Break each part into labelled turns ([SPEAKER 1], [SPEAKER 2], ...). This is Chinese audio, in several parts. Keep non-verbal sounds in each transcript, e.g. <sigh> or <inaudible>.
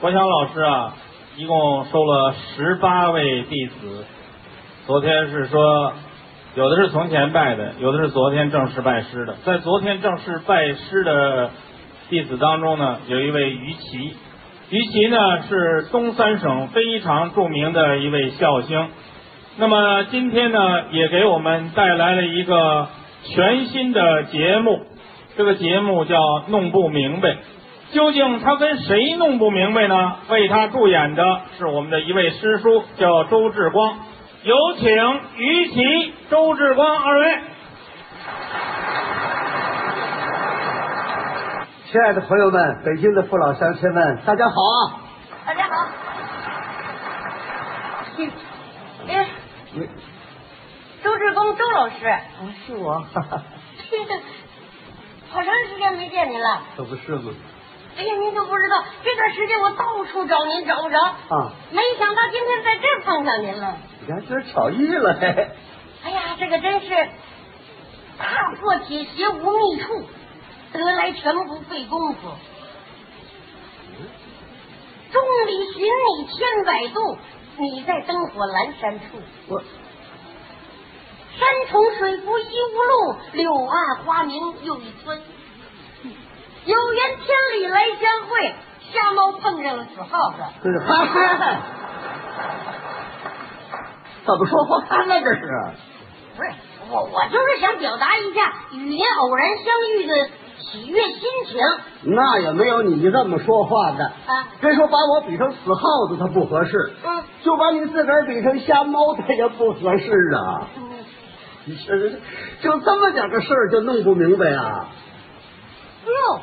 [SPEAKER 1] 国强老师啊，一共收了十八位弟子。昨天是说，有的是从前拜的，有的是昨天正式拜师的。在昨天正式拜师的弟子当中呢，有一位于琦。于琦呢是东三省非常著名的一位孝星。那么今天呢，也给我们带来了一个全新的节目，这个节目叫《弄不明白》。究竟他跟谁弄不明白呢？为他助演的是我们的一位师叔，叫周志光。有请于琦、周志光二位。
[SPEAKER 2] 亲爱的朋友们，北京的父老乡亲们，大家好啊！
[SPEAKER 3] 大家好。 <laughs> 嗯哎，
[SPEAKER 2] 你
[SPEAKER 3] 周志光，周老师，
[SPEAKER 2] 啊，是我，哈哈，
[SPEAKER 3] <laughs> 好长时间没见您了。
[SPEAKER 2] 可不是嘛
[SPEAKER 3] 哎呀，您都不知道，这段时间我到处找您找不着，
[SPEAKER 2] 啊！
[SPEAKER 3] 没想到今天在这儿碰上您了。
[SPEAKER 2] 你看，今儿巧遇了，嘿嘿，
[SPEAKER 3] 哎呀，这个真是踏破铁鞋无觅处，得来全不费工夫。
[SPEAKER 2] 嗯
[SPEAKER 3] 钟里寻你千百度，你在灯火阑珊处。
[SPEAKER 2] 我
[SPEAKER 3] 山重水复疑无路，柳暗花明又一村。有缘千里来相会，瞎猫碰上了死耗子。
[SPEAKER 2] 这是哈哈，怎么说话呢？这是
[SPEAKER 3] 不是我，我就是想表达一下与您偶然相遇的喜悦心情
[SPEAKER 2] 那也没有你这么说话的。
[SPEAKER 3] 啊。
[SPEAKER 2] 真说把我比成死耗子，他不合适；
[SPEAKER 3] 嗯，
[SPEAKER 2] 就把你自个儿比成瞎猫，他也不合适啊！
[SPEAKER 3] 嗯
[SPEAKER 2] 你这这就这么点个事儿就弄不明白
[SPEAKER 3] <laughs>
[SPEAKER 2] 啊？
[SPEAKER 3] 哟，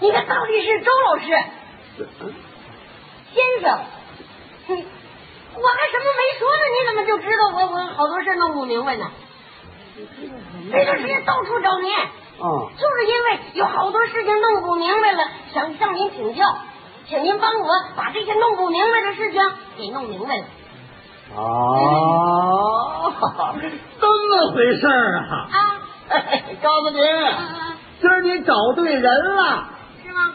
[SPEAKER 3] 你看到底是周老师先生，哼我还什么没说呢？你怎么就知道我我好多事弄不明白呢？这段时间到处找您，
[SPEAKER 2] 啊，
[SPEAKER 3] 就是因为有好多事情弄不明白了，想向您请教，请您帮我把这些弄不明白的事情给弄明白了。
[SPEAKER 2] 哦，这么回事儿啊！
[SPEAKER 3] 啊，
[SPEAKER 2] 哎告诉您，
[SPEAKER 3] 嗯，
[SPEAKER 2] 今儿你找对人了，
[SPEAKER 3] 是吗？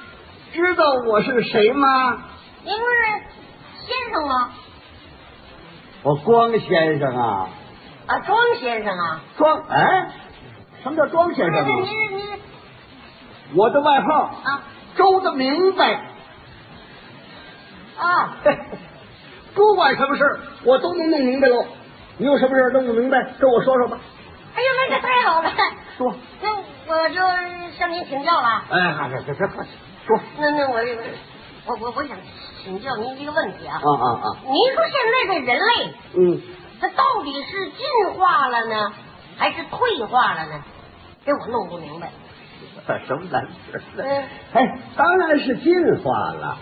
[SPEAKER 2] 知道我是谁吗？
[SPEAKER 3] 您不是先生啊吗？
[SPEAKER 2] 我光先生啊，
[SPEAKER 3] 啊，庄先生啊？
[SPEAKER 2] 庄哎，什么叫庄先
[SPEAKER 3] 不是，
[SPEAKER 2] 生
[SPEAKER 3] 您
[SPEAKER 2] 啊？
[SPEAKER 3] 是您是
[SPEAKER 2] 我的外号
[SPEAKER 3] 啊
[SPEAKER 2] 周的明白，
[SPEAKER 3] 啊，
[SPEAKER 2] 嘿不管什么事儿我都能弄明白喽。你有什么事儿弄不明白，跟我说说吧。
[SPEAKER 3] 哎呀，那可太好了。
[SPEAKER 2] 说，
[SPEAKER 3] 那我就向您请教了。
[SPEAKER 2] 哎，好这这这快说
[SPEAKER 3] 那那我我我我想请教您一个问题啊。
[SPEAKER 2] 啊啊啊，
[SPEAKER 3] 您说现在的人类，
[SPEAKER 2] 嗯，
[SPEAKER 3] 他到底是进化了呢，还是退化了呢？这我弄不明白。
[SPEAKER 2] <laughs> 什么难事儿
[SPEAKER 3] 嗯，
[SPEAKER 2] 哎，当然是进化了。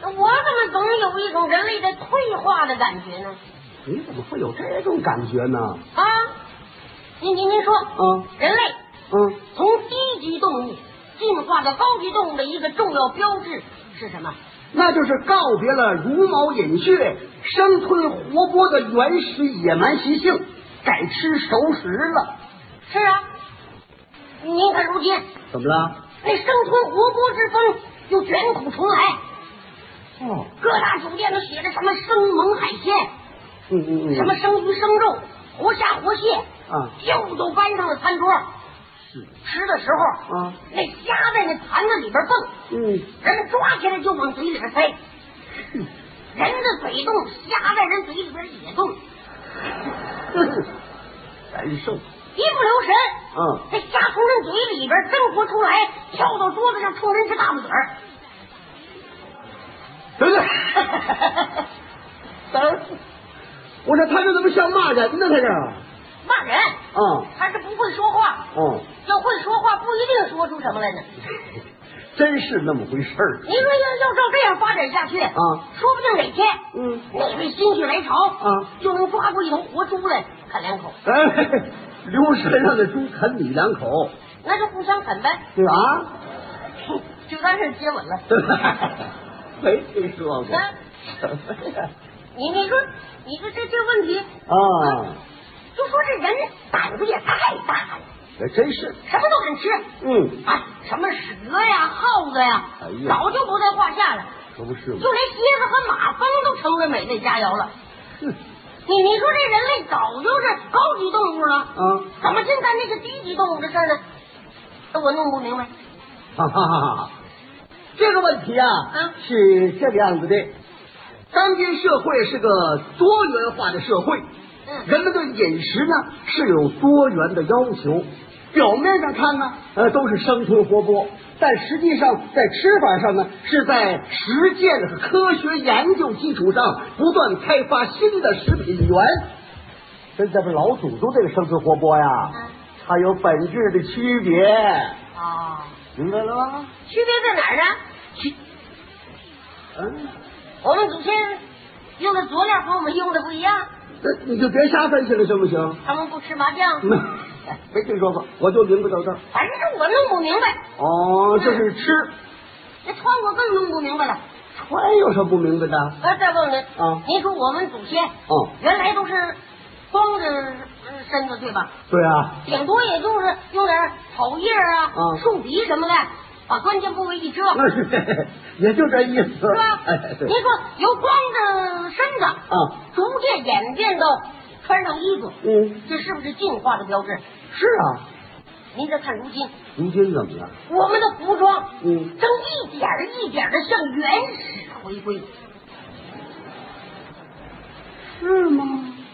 [SPEAKER 3] 那我怎么总有一种人类的退化的感觉呢？
[SPEAKER 2] 你怎么会有这种感觉呢？
[SPEAKER 3] 啊，您您您说，
[SPEAKER 2] 嗯
[SPEAKER 3] 人类
[SPEAKER 2] 嗯，
[SPEAKER 3] 从低级动物进化到高级动物的一个重要标志是什么？
[SPEAKER 2] 那就是告别了茹毛饮血、生吞活剥的原始野蛮习性，改吃熟食了。
[SPEAKER 3] 是啊，您看如今
[SPEAKER 2] 怎么了？
[SPEAKER 3] 那生吞活剥之风又卷土重来，
[SPEAKER 2] 哦，
[SPEAKER 3] 各大酒店都写着什么生猛海鲜，
[SPEAKER 2] 嗯嗯嗯，
[SPEAKER 3] 什么生鱼生肉、活虾活蟹，
[SPEAKER 2] 啊？
[SPEAKER 3] 又都搬上了餐桌。
[SPEAKER 2] 是
[SPEAKER 3] 吃的时候，
[SPEAKER 2] 啊，
[SPEAKER 3] 那虾在那盘子里边蹦，
[SPEAKER 2] 嗯，
[SPEAKER 3] 人抓起来就往嘴里边塞，人的嘴动，虾在人嘴里边也动，
[SPEAKER 2] 难受。
[SPEAKER 3] 一不留神，
[SPEAKER 2] 嗯，
[SPEAKER 3] 那虾从人嘴里边挣脱出来，跳到桌子上，冲人直大拇指儿。
[SPEAKER 2] 对 <laughs> 对，当然，我说他这怎么像骂人呢？他这，啊
[SPEAKER 3] 骂人，
[SPEAKER 2] 嗯
[SPEAKER 3] 还是不会说话。
[SPEAKER 2] 嗯，
[SPEAKER 3] 要会说话，不一定说出什么来呢。
[SPEAKER 2] 真是那么回事儿。
[SPEAKER 3] 您说要要照这样发展下去，啊
[SPEAKER 2] 啊
[SPEAKER 3] 说不定哪天，
[SPEAKER 2] 嗯
[SPEAKER 3] 哪位心血来潮，
[SPEAKER 2] 啊，
[SPEAKER 3] 就能抓住一头活猪来啃两口，
[SPEAKER 2] 哎，刘神让那猪啃你两口，
[SPEAKER 3] 那就互相啃呗，
[SPEAKER 2] 对吧啊？ <laughs>
[SPEAKER 3] 就算是接吻了。
[SPEAKER 2] 没听说过
[SPEAKER 3] 啊。
[SPEAKER 2] 什么呀？
[SPEAKER 3] 你你说，你说这这问
[SPEAKER 2] <laughs>
[SPEAKER 3] 题，
[SPEAKER 2] 啊，
[SPEAKER 3] 就说这人胆子也太大了，
[SPEAKER 2] 还真是。
[SPEAKER 3] 什么都敢吃。
[SPEAKER 2] 嗯，
[SPEAKER 3] 啊，什么蛇呀、耗子呀，
[SPEAKER 2] 哎呀
[SPEAKER 3] 早就不在话下了。
[SPEAKER 2] 可不是嘛
[SPEAKER 3] 就。连蝎子和马蜂都成了美味佳肴了。
[SPEAKER 2] 哼
[SPEAKER 3] 你你说这人类早就是高级动物了，
[SPEAKER 2] 啊
[SPEAKER 3] 怎么现在那个低级动物的事儿呢？这我弄不明白。
[SPEAKER 2] 哈哈哈哈！ <laughs> 这个问题啊，
[SPEAKER 3] 啊
[SPEAKER 2] 是这个样子的。当今社会是个多元化的社会，
[SPEAKER 3] 嗯
[SPEAKER 2] 人们对饮食呢是有多元的要求。表面上看呢，呃，都是生吞活剥，但实际上在吃法上呢，是在实践和科学研究基础上不断开发新的食品源。跟咱们老祖宗这个生吞活剥呀
[SPEAKER 3] 嗯，
[SPEAKER 2] 它有本质的区别，
[SPEAKER 3] 啊，
[SPEAKER 2] 明白了吗？
[SPEAKER 3] 区别在哪儿呢？区
[SPEAKER 2] 嗯，
[SPEAKER 3] 我们祖先用的佐料和我们用的不一样，
[SPEAKER 2] 那你就别瞎分析了，行不行？ <laughs>
[SPEAKER 3] 他们不吃麻酱，
[SPEAKER 2] 没没听说过，我就明白到这儿。
[SPEAKER 3] 反正我弄不明白。
[SPEAKER 2] 哦，这是吃，
[SPEAKER 3] 那穿我更弄不明白了。
[SPEAKER 2] 穿有什么不明白的？
[SPEAKER 3] 呃，再问问您，
[SPEAKER 2] 啊
[SPEAKER 3] 您说我们祖先
[SPEAKER 2] 哦，
[SPEAKER 3] 原来都是光着呃身子对吧？
[SPEAKER 2] 对 <laughs> 啊，
[SPEAKER 3] 顶多也就是用点草叶啊、
[SPEAKER 2] 啊
[SPEAKER 3] 树皮什么的，把关键部位一遮，
[SPEAKER 2] 那是 <laughs> 也就这意思，
[SPEAKER 3] 是吧？
[SPEAKER 2] 哎，对
[SPEAKER 3] 您说由光着身子
[SPEAKER 2] 啊，
[SPEAKER 3] 逐渐演变到穿上衣服，
[SPEAKER 2] 嗯，
[SPEAKER 3] 这是不是进化的标志？
[SPEAKER 2] 是啊。
[SPEAKER 3] 您再看如今
[SPEAKER 2] 如今怎么了？
[SPEAKER 3] 我们的服装，
[SPEAKER 2] 嗯
[SPEAKER 3] 正一点儿一点的向原始回归，
[SPEAKER 2] 是吗？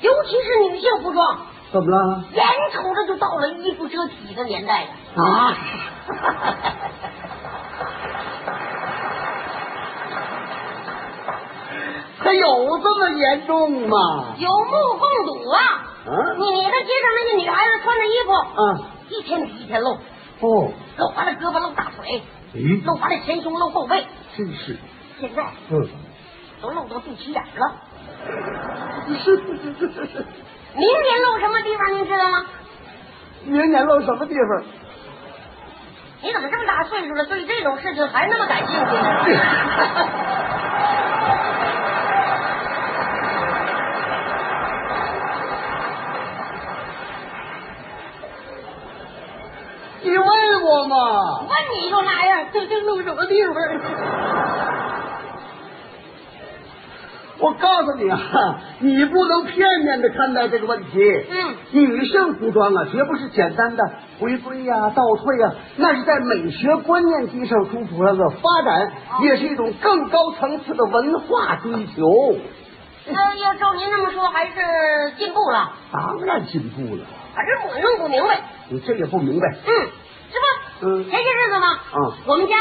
[SPEAKER 3] 尤其是女性服装，
[SPEAKER 2] 怎么了？
[SPEAKER 3] 眼瞅着就到了衣不遮体的年代了。
[SPEAKER 2] 啊？还有这么严重吗？
[SPEAKER 3] <laughs> 有目共睹啊！
[SPEAKER 2] 嗯
[SPEAKER 3] 你你在街上那个女孩子穿着衣服，
[SPEAKER 2] 啊，
[SPEAKER 3] 一天比一天露，
[SPEAKER 2] 哦，
[SPEAKER 3] 露完了胳膊，露大腿，
[SPEAKER 2] 咦，
[SPEAKER 3] 露完了前胸，露后背，
[SPEAKER 2] 真是，
[SPEAKER 3] 现在
[SPEAKER 2] <laughs> 嗯，
[SPEAKER 3] 都露到肚脐眼儿了。
[SPEAKER 2] 是是是是是。
[SPEAKER 3] 明年露什么地方您知道吗？
[SPEAKER 2] 明年露什么地方？
[SPEAKER 3] 你怎么这么大岁数了，对这种事情还那么感兴趣呢？
[SPEAKER 2] 你问我嘛？
[SPEAKER 3] 问你就那样，这这露什么地方？
[SPEAKER 2] 我告诉你啊，你不能片面的看待这个问题。
[SPEAKER 3] 嗯，
[SPEAKER 2] 女性服装啊，绝不是简单的回归呀、倒退呀、那是在美学观念基上基础上的发展，也是一种更高层次的文化追求。
[SPEAKER 3] 那呃要照您这么说，还是进步了。
[SPEAKER 2] 当然进步了，
[SPEAKER 3] 反正我弄不明白。
[SPEAKER 2] 你这也不明白。
[SPEAKER 3] 嗯，是吧？
[SPEAKER 2] 嗯
[SPEAKER 3] 前些日子嘛，
[SPEAKER 2] 嗯
[SPEAKER 3] 我们家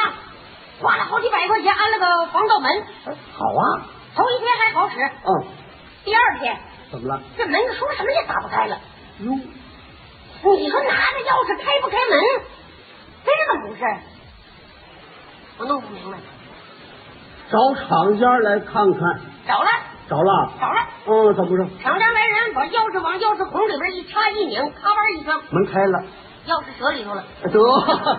[SPEAKER 3] 花了好几百块钱安了个防盗门，
[SPEAKER 2] 好啊，
[SPEAKER 3] 头一天还好使，
[SPEAKER 2] 嗯，
[SPEAKER 3] 第二天
[SPEAKER 2] 怎么了？
[SPEAKER 3] 这门说什么也打不开了。
[SPEAKER 2] 哟，
[SPEAKER 3] 你说拿着钥匙开不开门，这是怎么回事？我弄不明白。
[SPEAKER 2] 找厂家来看看，
[SPEAKER 3] 找了
[SPEAKER 2] 找了，
[SPEAKER 3] 找了，
[SPEAKER 2] 嗯，怎么着？
[SPEAKER 3] 厂家来人把钥匙往钥匙孔里边一插一拧，咔吧一声，
[SPEAKER 2] 门开了。
[SPEAKER 3] 钥匙折里头了。
[SPEAKER 2] 得，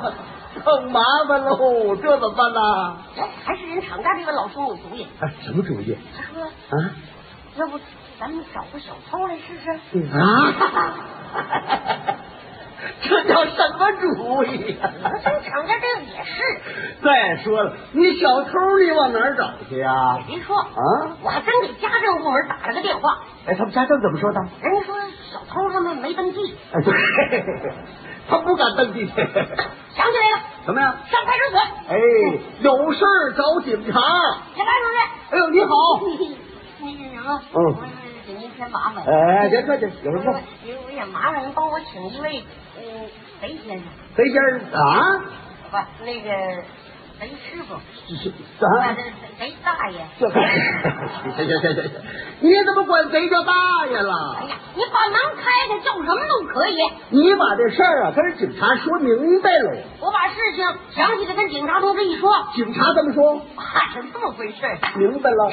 [SPEAKER 2] <laughs> 更麻烦喽，这怎么办呢？
[SPEAKER 3] 哎，还是人厂家这个老兄有主意。
[SPEAKER 2] 哎，什么主意
[SPEAKER 3] 他说
[SPEAKER 2] 啊？：“
[SPEAKER 3] 要不咱们找个小偷来试试？”
[SPEAKER 2] 啊？这叫什么主意啊 <laughs> 呀、
[SPEAKER 3] 我说厂家这个也是，
[SPEAKER 2] 再说了，你小偷你往哪儿找去呀、啊？
[SPEAKER 3] 别说，我还真给家政部门打了个电话，
[SPEAKER 2] 哎，他们家政怎么说的？
[SPEAKER 3] 人家说小偷他们没登记。
[SPEAKER 2] 哎，对，他不敢登记去。
[SPEAKER 3] 想起来了，
[SPEAKER 2] 怎么样？
[SPEAKER 3] 上派出所，
[SPEAKER 2] 哎，有事儿找警察。
[SPEAKER 3] 杨派
[SPEAKER 2] 哎呦，你好。
[SPEAKER 3] 主任，那个什么，
[SPEAKER 2] 嗯
[SPEAKER 3] 我是给您添麻烦。
[SPEAKER 2] 哎，别客气，有什么
[SPEAKER 3] 我说
[SPEAKER 2] 事？
[SPEAKER 3] 我也麻烦您帮我请一位，嗯，肥先生，
[SPEAKER 2] 肥先生啊？
[SPEAKER 3] 不，那个肥师傅，
[SPEAKER 2] 这是
[SPEAKER 3] 不
[SPEAKER 2] 啊？
[SPEAKER 3] 是肥大爷。
[SPEAKER 2] 这个， <laughs> 行行行行行，你怎么管谁叫大爷
[SPEAKER 3] 哎
[SPEAKER 2] 了？
[SPEAKER 3] 呀，你把门开开，叫什么都可以。
[SPEAKER 2] 你把这事儿啊跟警察说明白了，
[SPEAKER 3] 我把事情详细的跟警察同志一说，
[SPEAKER 2] 警察怎么说？
[SPEAKER 3] 啊，是这么回事儿。哎
[SPEAKER 2] 明白了。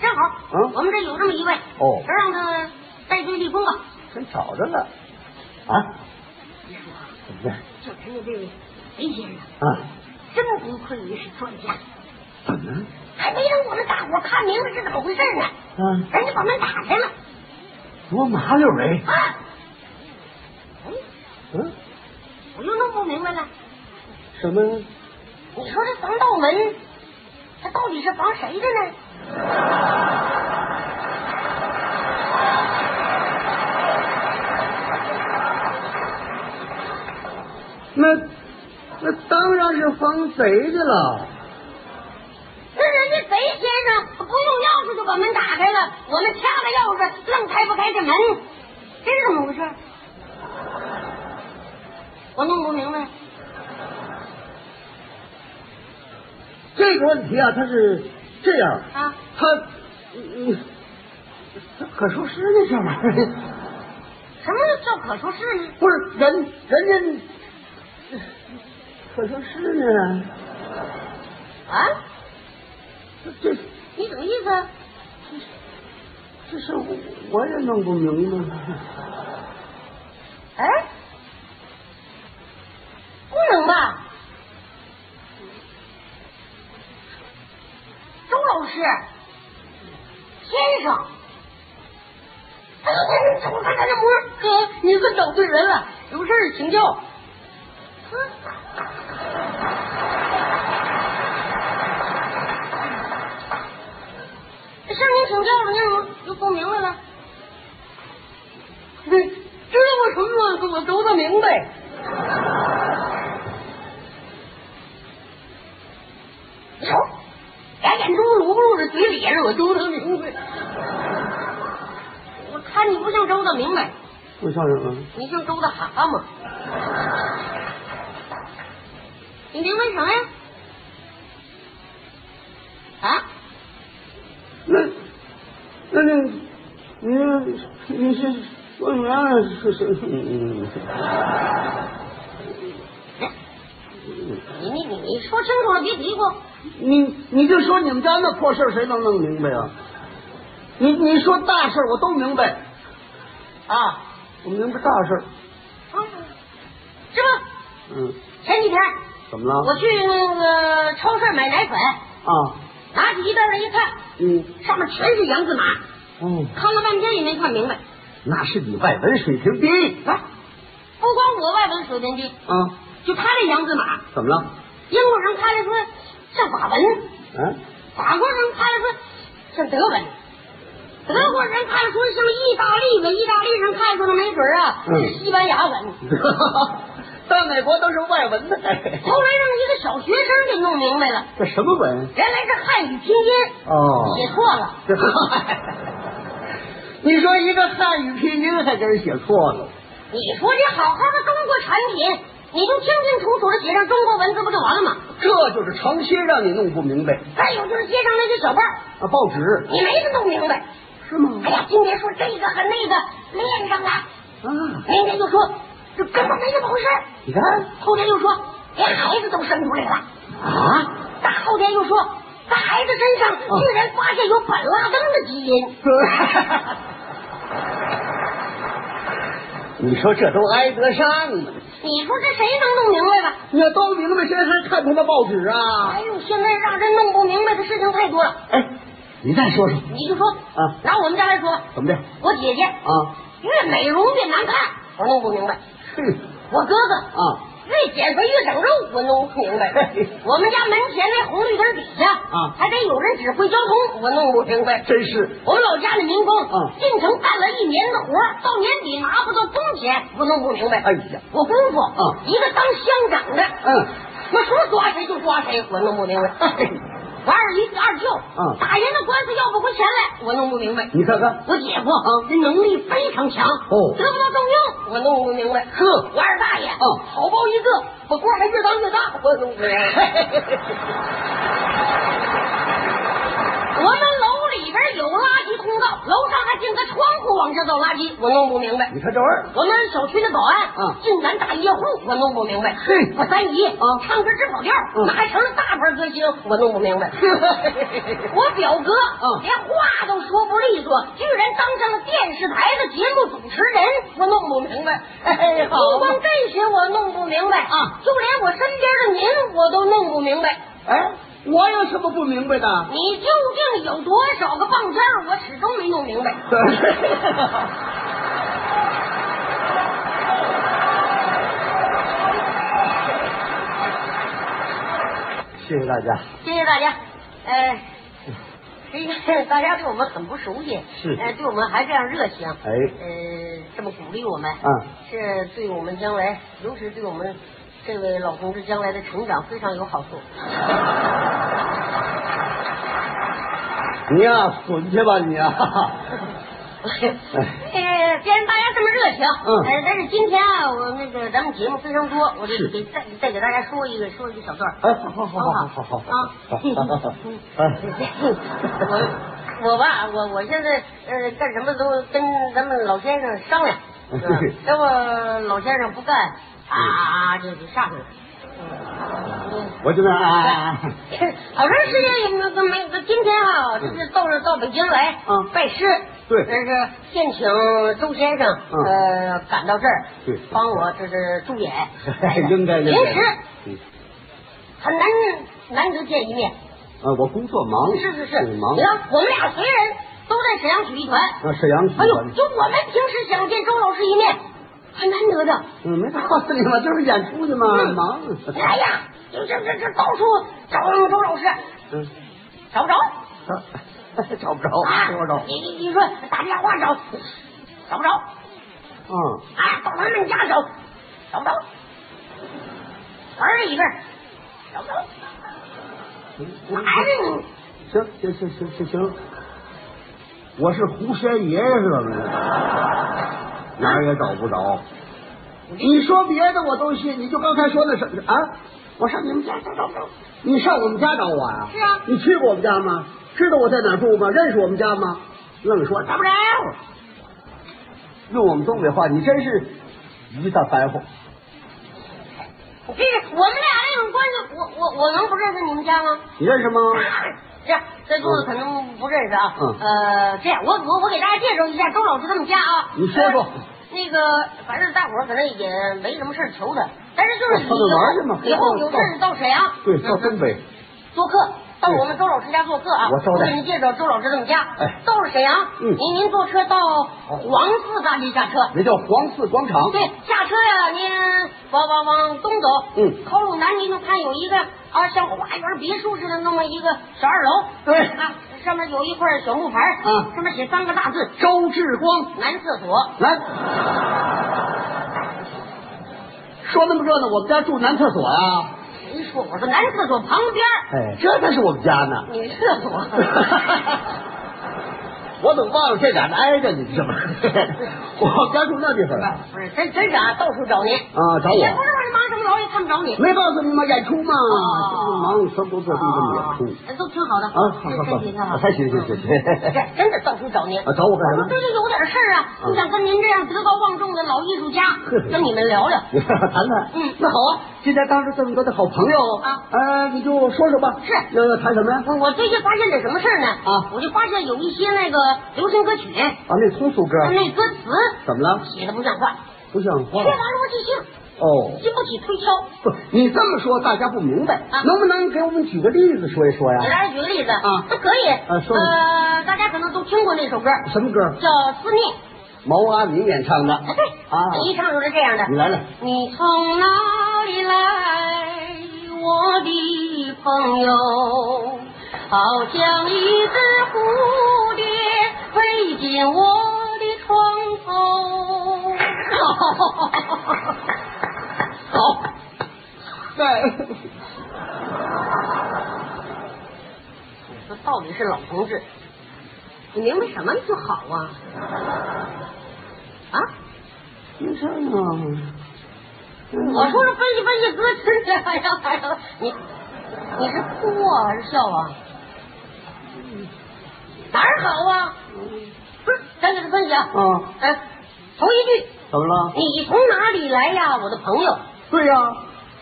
[SPEAKER 3] 正好，
[SPEAKER 2] 嗯
[SPEAKER 3] 我们这有这么一位，
[SPEAKER 2] 哦
[SPEAKER 3] 就让他戴罪立功吧。哎
[SPEAKER 2] 真找着了啊？怎么的
[SPEAKER 3] 就人家这位雷先生，
[SPEAKER 2] 啊？
[SPEAKER 3] 真不愧为是专家，
[SPEAKER 2] 怎么了？
[SPEAKER 3] 还没让我们大伙看明白是怎么回事呢，
[SPEAKER 2] 啊，
[SPEAKER 3] 人家把门打开了
[SPEAKER 2] 多麻溜哎！
[SPEAKER 3] 啊！哎，
[SPEAKER 2] 嗯，
[SPEAKER 3] 我又弄不明白了，
[SPEAKER 2] 什么？
[SPEAKER 3] 你说这防盗门，它到到底是防谁的呢？
[SPEAKER 2] 那那当然是防贼的了。
[SPEAKER 3] 那人家贼先生不用钥匙就把门打开了，我们掐着钥匙愣开不开这门，这是怎么回事？我弄不明白。
[SPEAKER 2] 这个问题啊，它是这样
[SPEAKER 3] 啊，
[SPEAKER 2] 它嗯，嗯它可说是呢，这玩意儿。
[SPEAKER 3] 什么叫可说是呢？
[SPEAKER 2] 不是人，人家可说是呢，
[SPEAKER 3] 啊？
[SPEAKER 2] 这
[SPEAKER 3] 你什么意思？
[SPEAKER 2] 这事我我也弄不明白。
[SPEAKER 3] 哎，不能吧？周老师，先生，哎呀，怎么看他这模样？哥，你算找对人了，有事儿请教。嗯，向您请教了，您怎么就不明白了？知道我什么我我都得明白。瞧，俩眼珠噜噜的，嘴咧着，我都能明白。我看你不像周的明白，
[SPEAKER 2] 我笑什么？
[SPEAKER 3] 你像周的蛤蟆。你明白什么呀？啊？
[SPEAKER 2] 那那那，你你是说明白了是是嗯嗯
[SPEAKER 3] 你你你你说清楚了，别嘀咕。
[SPEAKER 2] 你你就说你们家那破事儿谁能弄明白啊？你你说大事儿我都明白啊，我明白大事儿。
[SPEAKER 3] 啊，这不
[SPEAKER 2] 嗯，
[SPEAKER 3] 前几天
[SPEAKER 2] 怎么了？
[SPEAKER 3] 我去那个超市买奶粉，
[SPEAKER 2] 啊，
[SPEAKER 3] 拿起一袋来一看，
[SPEAKER 2] 嗯，
[SPEAKER 3] 上面全是洋字马，
[SPEAKER 2] 哦，
[SPEAKER 3] 看了半天也没看明白。
[SPEAKER 2] 那是你外文水平低
[SPEAKER 3] 啊，不光我外文水平低，
[SPEAKER 2] 啊。
[SPEAKER 3] 就他这洋字马，
[SPEAKER 2] 怎么了？
[SPEAKER 3] 英国人看了说像法文，
[SPEAKER 2] 嗯、
[SPEAKER 3] 法国人看了说像德文，德国人看了说像意大利文，意大利人看了说没准儿啊、
[SPEAKER 2] 嗯
[SPEAKER 3] 是西班
[SPEAKER 2] <laughs>
[SPEAKER 3] 牙文。
[SPEAKER 2] 在美国都是外文的，
[SPEAKER 3] 后来让一个小学生给弄明白了，
[SPEAKER 2] 这什么文？
[SPEAKER 3] 原来是汉语拼音，
[SPEAKER 2] 哦
[SPEAKER 3] 写错了。
[SPEAKER 2] 这 <laughs> 你说一个汉语拼音还给人写错了，
[SPEAKER 3] 你说这好好的中国产品，你就清清楚楚的写上中国文字不就完了吗？
[SPEAKER 2] 这就是诚心让你弄不明白
[SPEAKER 3] 再有就是街上那些小报，
[SPEAKER 2] 啊！报纸
[SPEAKER 3] 你没个弄明白。
[SPEAKER 2] 是吗
[SPEAKER 3] 哎呀，今天说这个和那个连上了，
[SPEAKER 2] 啊，
[SPEAKER 3] 明天就说这根本没这么回事儿
[SPEAKER 2] 你看
[SPEAKER 3] 后天又说连孩子都生出来了，
[SPEAKER 2] 啊， <laughs>
[SPEAKER 3] 大后天又说在孩子身上
[SPEAKER 2] 嗯
[SPEAKER 3] 居然发现有本拉登的基因。
[SPEAKER 2] 你说这都挨得上吗？
[SPEAKER 3] 你说这谁能弄明白吧？
[SPEAKER 2] 你要都明白，谁还看他的报纸啊
[SPEAKER 3] 哎？呦，现在让人弄不明白的事情太多了。
[SPEAKER 2] 哎，你再说说
[SPEAKER 3] 你就说呃
[SPEAKER 2] 啊
[SPEAKER 3] 拿我们家来说，
[SPEAKER 2] 怎么的
[SPEAKER 3] 我姐姐
[SPEAKER 2] 啊？
[SPEAKER 3] 越美容越难看，我弄不明白。
[SPEAKER 2] 哼
[SPEAKER 3] 我哥哥
[SPEAKER 2] 啊
[SPEAKER 3] 越减肥越长肉，我弄不明白
[SPEAKER 2] 嘿。
[SPEAKER 3] 我们家门前那红绿灯底下
[SPEAKER 2] 啊
[SPEAKER 3] 还得有人指挥交通，我弄不明白。
[SPEAKER 2] 哎真是
[SPEAKER 3] 我们老家的民工
[SPEAKER 2] 啊
[SPEAKER 3] 进城干了一年的活，到年底拿不到工钱，我弄不明白。
[SPEAKER 2] 哎呀，
[SPEAKER 3] 我姑父
[SPEAKER 2] 啊
[SPEAKER 3] 一个当乡长的，
[SPEAKER 2] 嗯，
[SPEAKER 3] 我说抓谁就抓谁，我弄不明白。我二姨二舅，
[SPEAKER 2] 嗯
[SPEAKER 3] 打人的官司要不回钱来，我弄不明白。
[SPEAKER 2] 你看看，
[SPEAKER 3] 我姐夫啊，这能力非常强，
[SPEAKER 2] 哦
[SPEAKER 3] 得不到重用，我弄不明白。
[SPEAKER 2] 呵
[SPEAKER 3] 我二大爷，
[SPEAKER 2] 嗯
[SPEAKER 3] 好包一个，把官还越当越大，我弄不明
[SPEAKER 2] <laughs>
[SPEAKER 3] 白。我们楼里边有垃圾通道，楼上还进个窗户往这倒垃圾，我弄不明白。
[SPEAKER 2] 你看这玩意儿，
[SPEAKER 3] 我们小区的保安，
[SPEAKER 2] 嗯
[SPEAKER 3] 进咱大夜户，我弄不明白。
[SPEAKER 2] 嘿
[SPEAKER 3] 我三姨，
[SPEAKER 2] 啊
[SPEAKER 3] 唱歌真跑调，
[SPEAKER 2] 嗯
[SPEAKER 3] 那还成了大牌歌星，我弄不
[SPEAKER 2] <laughs>
[SPEAKER 3] 明白。我表哥，
[SPEAKER 2] 嗯
[SPEAKER 3] 连话都说不利索，居然当上了电视台的节目主持人，我弄不明白。
[SPEAKER 2] 哎好
[SPEAKER 3] 不光这些我弄不明白
[SPEAKER 2] 啊，
[SPEAKER 3] 就连我身边的您我都弄不明白。
[SPEAKER 2] 哎，我有什么不明白的？
[SPEAKER 3] 你究竟有多少个棒尖儿，我始终没弄明白。
[SPEAKER 2] 谢谢大家。
[SPEAKER 3] 谢谢大家。
[SPEAKER 2] <laughs>
[SPEAKER 3] 呃，实际上大家对我们很不熟悉，
[SPEAKER 2] 是
[SPEAKER 3] 呃，对我们还这样热情，
[SPEAKER 2] 哎
[SPEAKER 3] 呃，这么鼓励我们，
[SPEAKER 2] 嗯，
[SPEAKER 3] 是对我们将来，尤其是对我们这位老同志将来的成长非常有好处。
[SPEAKER 2] 你呀、滚去吧你呀、
[SPEAKER 3] <laughs> 呃，既然大家这么热情，
[SPEAKER 2] 哎嗯
[SPEAKER 3] 呃，但是今天啊，我那个咱们节目非常多，我
[SPEAKER 2] 是
[SPEAKER 3] 得给再再给大家说一个说一个小段儿。
[SPEAKER 2] 哎，好好好好好好
[SPEAKER 3] 啊
[SPEAKER 2] 好，
[SPEAKER 3] 我我吧，我我现在呃干什么都跟咱们老先生商量，是吧要不老先生不干啊，就就上去了。嗯
[SPEAKER 2] 我这边啊，
[SPEAKER 3] 嗯，好长时间也没都没，今天啊，就是到这到北京来，
[SPEAKER 2] 嗯
[SPEAKER 3] 拜师，
[SPEAKER 2] 对
[SPEAKER 3] 这是宴请周先生，
[SPEAKER 2] 嗯
[SPEAKER 3] 呃，赶到这儿，
[SPEAKER 2] 对
[SPEAKER 3] 帮我这是助演，
[SPEAKER 2] 应该应该
[SPEAKER 3] 平时，很难难得见一面，
[SPEAKER 2] 呃，我工作忙，
[SPEAKER 3] 是是是，
[SPEAKER 2] 忙
[SPEAKER 3] 你，看我们俩虽然都在沈阳曲艺团，
[SPEAKER 2] 那沈阳，
[SPEAKER 3] 哎呦，就我们平时想见周老师一面，很难得的。
[SPEAKER 2] 嗯，没啥告诉你嘛，就是演出去嘛，忙，
[SPEAKER 3] 哎呀，就这这这到处找周老师，
[SPEAKER 2] 嗯， <laughs>
[SPEAKER 3] 找不着
[SPEAKER 2] 找不着，
[SPEAKER 3] 啊！
[SPEAKER 2] 哦找不着，
[SPEAKER 3] 你你你说打电话找，找不着啊！
[SPEAKER 2] 嗯，
[SPEAKER 3] 到他们家找，找不着，儿里边找不着，还是你
[SPEAKER 2] 行行行行行行，我是胡山爷爷是怎么的？哪儿也找不着。你说别的我都信，你就刚才说那什么啊？我上你们家找找找，你上我们家找我呀、
[SPEAKER 3] 是啊
[SPEAKER 2] 你去过我们家吗？知道我在哪儿住吗？认识我们家吗？愣说
[SPEAKER 3] 找
[SPEAKER 2] 找
[SPEAKER 3] 不
[SPEAKER 2] 不
[SPEAKER 3] 着
[SPEAKER 2] 着。，用我们东北话，你真是一大白话。
[SPEAKER 3] 这是我们俩那种关系，我我我能不认识你们家吗？
[SPEAKER 2] 你认识吗？
[SPEAKER 3] <laughs> 这样，这柱子可能不认识啊。
[SPEAKER 2] 嗯
[SPEAKER 3] 呃，这样，我我我给大家介绍一下周老师他们家啊。
[SPEAKER 2] 你说说
[SPEAKER 3] 呃那个，反正大伙儿可能也没什么事儿求他，但是就是以
[SPEAKER 2] 哦他们玩去嘛
[SPEAKER 3] 后以后有事儿到沈阳，
[SPEAKER 2] 对，到东北。
[SPEAKER 3] 嗯做客，到我们周老师家做客啊。
[SPEAKER 2] 我招待
[SPEAKER 3] 给您介绍周老师他们家。
[SPEAKER 2] 哎
[SPEAKER 3] 到了沈阳，
[SPEAKER 2] 嗯
[SPEAKER 3] 您您坐车到黄寺大街下车。
[SPEAKER 2] 那叫黄寺广场。
[SPEAKER 3] 对，下车呀、您往往往东走，
[SPEAKER 2] 嗯
[SPEAKER 3] 靠路南您就看有一个啊，像花园别墅似的那么一个小二楼，
[SPEAKER 2] 对
[SPEAKER 3] 啊，上面有一块小木牌，
[SPEAKER 2] 嗯
[SPEAKER 3] 上面写三个大字
[SPEAKER 2] 周志光
[SPEAKER 3] “男厕所
[SPEAKER 2] 来，说那么热闹，我们家住男厕所呀、”。
[SPEAKER 3] 谁说？我说男厕所旁边儿
[SPEAKER 2] 哎，这才是我们家呢。
[SPEAKER 3] 女厕所。
[SPEAKER 2] 我怎么忘了这俩挨着你知道吗？我们家住那地方了，
[SPEAKER 3] 不是，真真是啊，到处找您哎
[SPEAKER 2] 啊找我
[SPEAKER 3] 也不知道你忙什么着，也看不着你。
[SPEAKER 2] 没告诉你吗？演出嘛，
[SPEAKER 3] 哦
[SPEAKER 2] 这不忙，什么都做，就这么演出。
[SPEAKER 3] 啊都挺好的
[SPEAKER 2] 嗯啊好好
[SPEAKER 3] 身体挺好
[SPEAKER 2] 好，还行行行行
[SPEAKER 3] 这嗯真的到处找您
[SPEAKER 2] 啊找我干什么
[SPEAKER 3] 我最近有点事儿啊，
[SPEAKER 2] 啊
[SPEAKER 3] 我想跟您这样德高望重的老艺术家跟你们聊 <laughs> 聊。
[SPEAKER 2] 你看谈谈，
[SPEAKER 3] 嗯
[SPEAKER 2] 那好啊，今天当着这么多的好朋友
[SPEAKER 3] 啊
[SPEAKER 2] 呃，你就说说吧，
[SPEAKER 3] 是嗯
[SPEAKER 2] 要要谈什么呀？
[SPEAKER 3] 我我最近发现点什么事儿呢？
[SPEAKER 2] 啊
[SPEAKER 3] 我就发现有一些那个流行歌曲，
[SPEAKER 2] 啊，那通俗歌
[SPEAKER 3] 那歌词
[SPEAKER 2] 怎么了？
[SPEAKER 3] 写的不像话，
[SPEAKER 2] 不像
[SPEAKER 3] 缺
[SPEAKER 2] 话
[SPEAKER 3] 乏逻辑性，
[SPEAKER 2] 哦。
[SPEAKER 3] 经不起推敲。
[SPEAKER 2] 不，你这么说大家不明白，
[SPEAKER 3] 啊
[SPEAKER 2] 能不能给我们举个例子说一说
[SPEAKER 3] 给
[SPEAKER 2] 呀？
[SPEAKER 3] 大家举个例子
[SPEAKER 2] 啊
[SPEAKER 3] 都可以。
[SPEAKER 2] 啊说
[SPEAKER 3] 呃，大家可能都听过那首歌，
[SPEAKER 2] 什么歌？
[SPEAKER 3] 叫《思念》。
[SPEAKER 2] 毛阿敏演唱的。
[SPEAKER 3] 啊，对，
[SPEAKER 2] 啊
[SPEAKER 3] 这一唱就是这样的。
[SPEAKER 2] 你来了，
[SPEAKER 3] 你从哪里来，我的朋友？好像一只蝴蝶飞进我的窗 <laughs> 口。
[SPEAKER 2] 好，对，
[SPEAKER 3] 这到底是老同志，你明白什么就好啊？啊？
[SPEAKER 2] 你唱啊。
[SPEAKER 3] 我说是分析分析哎歌词， <laughs> 这还要还要你，你是哭啊还是笑啊？哪儿好啊？不是，咱给他分析啊。
[SPEAKER 2] 啊，
[SPEAKER 3] 哎，头一句，
[SPEAKER 2] 怎么了？
[SPEAKER 3] 你从哪里来呀，我的朋友？
[SPEAKER 2] 对呀、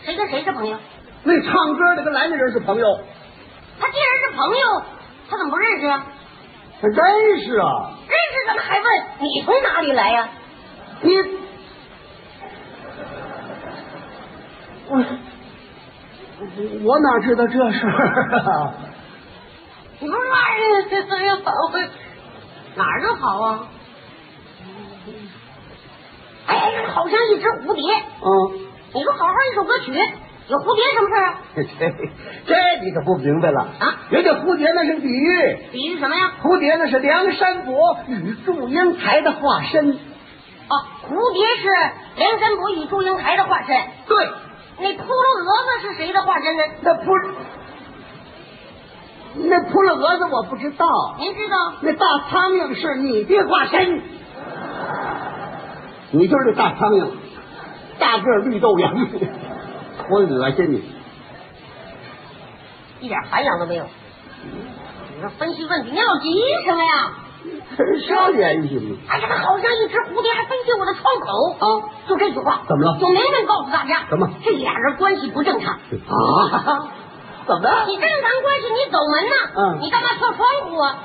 [SPEAKER 3] 谁跟谁是朋友？
[SPEAKER 2] 那唱歌的跟来那人是朋友，
[SPEAKER 3] 他既然是朋友，他怎么不认识呀、
[SPEAKER 2] 还真是啊。
[SPEAKER 3] 认识咱们还问你从哪里来呀、
[SPEAKER 2] 你，我我哪知道这事儿啊？
[SPEAKER 3] 你不是骂人，哎呀，我哪儿都好啊。哎，好像一只蝴蝶。
[SPEAKER 2] 嗯，
[SPEAKER 3] 你说好好一首歌曲，有蝴蝶什么事儿啊？
[SPEAKER 2] <laughs> 这这你可不明白了
[SPEAKER 3] 啊！
[SPEAKER 2] 人家蝴蝶那是比喻，
[SPEAKER 3] 比喻什么呀？
[SPEAKER 2] 蝴蝶那是梁山伯与祝英台的化身。
[SPEAKER 3] 哦，蝴蝶是梁山伯与祝英台的化身，
[SPEAKER 2] 对，
[SPEAKER 3] 那骷髅蛾子是谁的化身呢？
[SPEAKER 2] 那扑那扑了蛾子我不知道，
[SPEAKER 3] 您知道？
[SPEAKER 2] 那大苍蝇是你的化身，你就是那大苍蝇，大个儿绿豆芽， <laughs> 我恶心你。
[SPEAKER 3] 一点涵养都没有。你说分析问题，你老急什么呀？
[SPEAKER 2] 啥原因呢？
[SPEAKER 3] 哎呀，好像一只蝴蝶还分析我的窗口
[SPEAKER 2] 啊！
[SPEAKER 3] 就这句话，
[SPEAKER 2] 怎么了
[SPEAKER 3] 就明白告诉大家，
[SPEAKER 2] 怎么
[SPEAKER 3] 这俩人关系不正常？
[SPEAKER 2] 啊？怎么？
[SPEAKER 3] 你正常关系，你走门呐？
[SPEAKER 2] 嗯
[SPEAKER 3] 你干嘛跳窗户啊？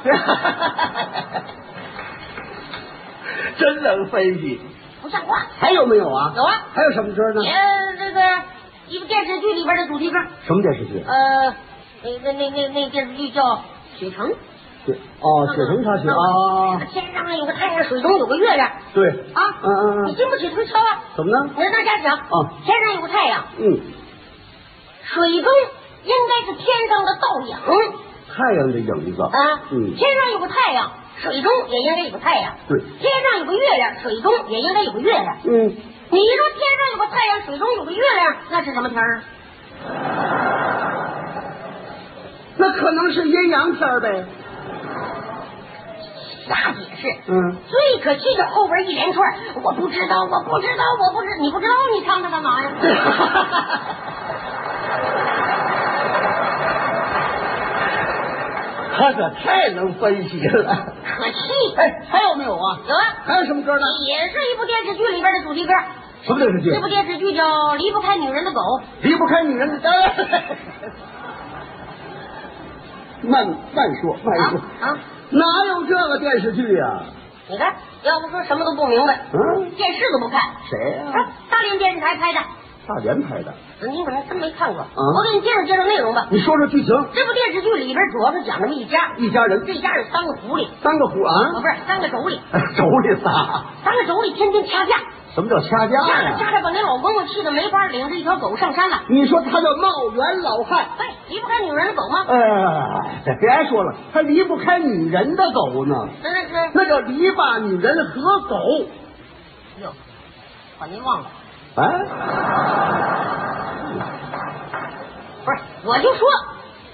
[SPEAKER 2] <laughs> <laughs> 真能分析。
[SPEAKER 3] 不像话！
[SPEAKER 2] 还有没有啊？
[SPEAKER 3] 有啊
[SPEAKER 2] 还有什么歌呢
[SPEAKER 3] 你？呃这个一个电视剧里边的主题歌，
[SPEAKER 2] 什么电视剧？
[SPEAKER 3] 呃，那那那那那电视剧叫《雪城》。嗯
[SPEAKER 2] 雪哦，雪城插曲啊。
[SPEAKER 3] 天上有个太阳，水中有个月亮
[SPEAKER 2] 对，
[SPEAKER 3] 啊。
[SPEAKER 2] 嗯嗯
[SPEAKER 3] 你
[SPEAKER 2] 嗯，
[SPEAKER 3] 经不起推敲啊。
[SPEAKER 2] 怎么呢
[SPEAKER 3] 你？让大家想，
[SPEAKER 2] 啊
[SPEAKER 3] 天上有个太阳，
[SPEAKER 2] 嗯，
[SPEAKER 3] 水中应该是天上的倒影
[SPEAKER 2] 太阳的影子
[SPEAKER 3] 啊。
[SPEAKER 2] 嗯，
[SPEAKER 3] 天上有个太阳，水中也应该有个太阳。
[SPEAKER 2] 对
[SPEAKER 3] 天上有个月亮，水中也应该有个月亮。
[SPEAKER 2] 嗯，
[SPEAKER 3] 你一说天上有个太阳，水中有个月亮，那是什么天儿？
[SPEAKER 2] 那可能是阴阳天儿呗。
[SPEAKER 3] 瞎解释。
[SPEAKER 2] 嗯，
[SPEAKER 3] 最可气的后边一连串，我不知道，我不知道，我不知，你不知道你唱它干嘛呀？ <laughs>
[SPEAKER 2] 他可太能分析了。
[SPEAKER 3] 可气！
[SPEAKER 2] 哎，还有没有啊？
[SPEAKER 3] 有啊，
[SPEAKER 2] 还有什么歌呢？
[SPEAKER 3] 也是一部电视剧里边的主题歌。
[SPEAKER 2] 什么电视剧
[SPEAKER 3] 这部电视剧叫《离不开女人的狗》。
[SPEAKER 2] 离不开女人的。哎 <laughs> 慢慢说，慢说，
[SPEAKER 3] 啊啊！
[SPEAKER 2] 哪有这个电视剧呀、啊
[SPEAKER 3] 你看，要不说什么都不明白，
[SPEAKER 2] 嗯，
[SPEAKER 3] 电视都不看。
[SPEAKER 2] 谁呀、
[SPEAKER 3] 啊，大连电视台拍的，
[SPEAKER 2] 大连拍的。
[SPEAKER 3] 你可能真没看过。我给你介绍介绍内容吧。
[SPEAKER 2] 你说说剧情，
[SPEAKER 3] 这部电视剧里边主要是讲这么一家，
[SPEAKER 2] 一家人
[SPEAKER 3] 这家有三个狐狸，
[SPEAKER 2] 三个虎
[SPEAKER 3] 啊，
[SPEAKER 2] 啊， <laughs>
[SPEAKER 3] 不是三个妯娌，
[SPEAKER 2] 手里仨。
[SPEAKER 3] 三个妯娌天天掐架，
[SPEAKER 2] 什么叫啊掐架
[SPEAKER 3] 掐
[SPEAKER 2] 呀、
[SPEAKER 3] 着掐着把那老公公气得没法领着一条狗上山了。
[SPEAKER 2] 你说他叫茂源老汉，
[SPEAKER 3] 哎，离不开女人的狗吗？
[SPEAKER 2] 哎，别说了，他离不开女人的狗呢，
[SPEAKER 3] 真的是，
[SPEAKER 2] 那叫篱笆女人和狗。
[SPEAKER 3] 哟，把您忘了。
[SPEAKER 2] 哎，
[SPEAKER 3] 不是，我就说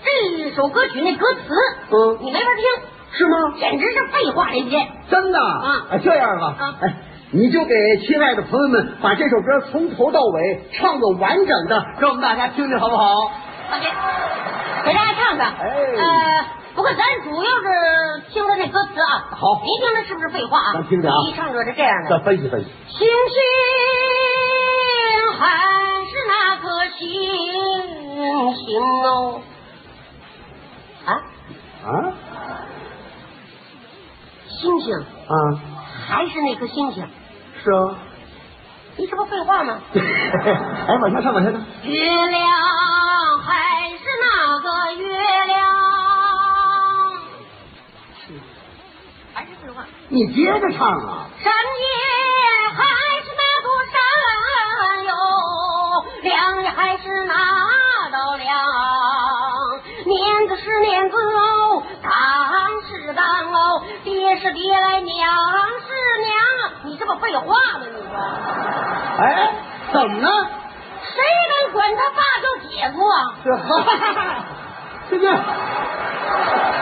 [SPEAKER 3] 这首歌曲那歌词，
[SPEAKER 2] 嗯
[SPEAKER 3] 你没法听，
[SPEAKER 2] 是吗？
[SPEAKER 3] 简直是废话连篇。
[SPEAKER 2] 真的
[SPEAKER 3] 啊
[SPEAKER 2] 哎这样吧，
[SPEAKER 3] 啊
[SPEAKER 2] 哎，你就给亲爱的朋友们把这首歌从头到尾唱个完整的，让我们大家听听好不好？
[SPEAKER 3] 快给给大家唱唱。
[SPEAKER 2] 哎
[SPEAKER 3] 呃，不过咱主要是听他这歌词啊。
[SPEAKER 2] 好
[SPEAKER 3] 您听这是不是废话啊？
[SPEAKER 2] 咱听听啊
[SPEAKER 3] 一唱歌是这样的。
[SPEAKER 2] 再分析分析。
[SPEAKER 3] 星星还是那颗星星哦。啊，
[SPEAKER 2] 啊
[SPEAKER 3] 星星
[SPEAKER 2] 啊，
[SPEAKER 3] 还是那颗星星，
[SPEAKER 2] 是 <laughs> 啊。
[SPEAKER 3] 你这不废话吗？
[SPEAKER 2] 哎，往下唱，往下唱。
[SPEAKER 3] 月亮还是那个月亮，还是废话。
[SPEAKER 2] 你接着唱啊！
[SPEAKER 3] 山也还是那座山哟，梁也还是那道梁，碾子是碾子哦，岗是岗哦，爹是爹来娘是娘，你这不废话吗？你说
[SPEAKER 2] 哎，怎么了？
[SPEAKER 3] 谁
[SPEAKER 2] <laughs>
[SPEAKER 3] 敢管他爸叫姐夫啊？
[SPEAKER 2] 这哈，这个